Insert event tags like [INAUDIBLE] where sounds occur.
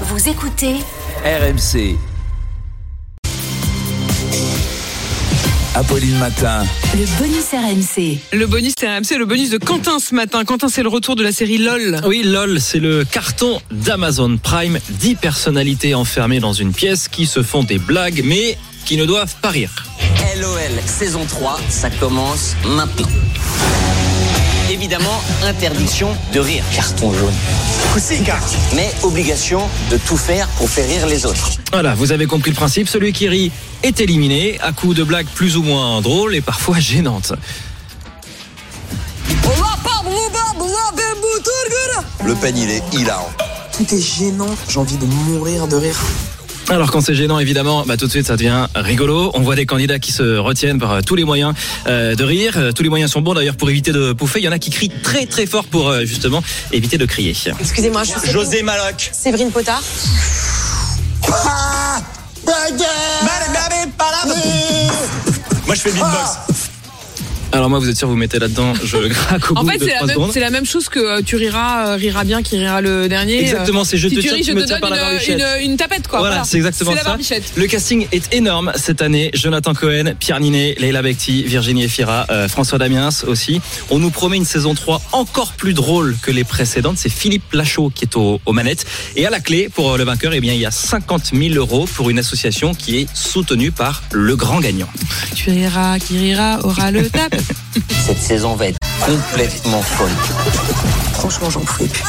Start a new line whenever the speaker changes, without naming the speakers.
Vous écoutez
RMC. Apolline Matin.
le bonus RMC.
Le bonus RMC, le bonus de Quentin ce matin. Quentin, c'est le retour de la série LOL.
Oui, LOL, c'est le carton d'Amazon Prime. 10 personnalités enfermées dans une pièce qui se font des blagues, mais qui ne doivent pas rire.
LOL saison 3, ça commence maintenant. Évidemment, interdiction de rire. Carton jaune. Mais obligation de tout faire pour faire rire les autres.
Voilà, vous avez compris le principe. Celui qui rit est éliminé à coups de blagues plus ou moins drôles et parfois gênantes.
Le pen, il est hilarant.
Tout est gênant, j'ai envie de mourir de rire.
Alors quand c'est gênant, évidemment, bah, tout de suite ça devient rigolo. On voit des candidats qui se retiennent par euh, tous les moyens euh, de rire. Euh, Tous les moyens sont bons d'ailleurs pour éviter de pouffer. Il y en a qui crient très très fort pour euh, justement éviter de crier.
Excusez-moi, je suis Séverine-
José Maloc.
Séverine Potard.
Moi, je fais beatbox.
Alors moi, vous êtes sûr, vous mettez là-dedans,
[LAUGHS]
je craque au
En
bout
fait,
de
c'est la,
3
même-
secondes.
c'est la même chose que euh, tu riras, euh, rira bien, qui rira le dernier.
Exactement,
Euh,
c'est je
si
te
tu
tire,
ris,
tu
je
me
te
tires par
donne
la
une,
barbichette.
une, une tapette, quoi.
Voilà, c'est exactement
C'est la
ça.
barbichette.
Le casting est énorme cette année. Jonathan Cohen, Pierre Ninet, Leila Becti, Virginie Efira, euh, François Damiens aussi. On nous promet une saison 3 encore plus drôle que les précédentes. C'est Philippe Lachaud qui est au- aux manettes. Et à la clé, pour euh, le vainqueur, eh bien, il y a 50 000 euros pour une association qui est soutenue par le grand gagnant.
Tu riras, qui rira,
[LAUGHS]
aura le tape.
Cette saison va être complètement folle.
Franchement, j'en pouvais plus.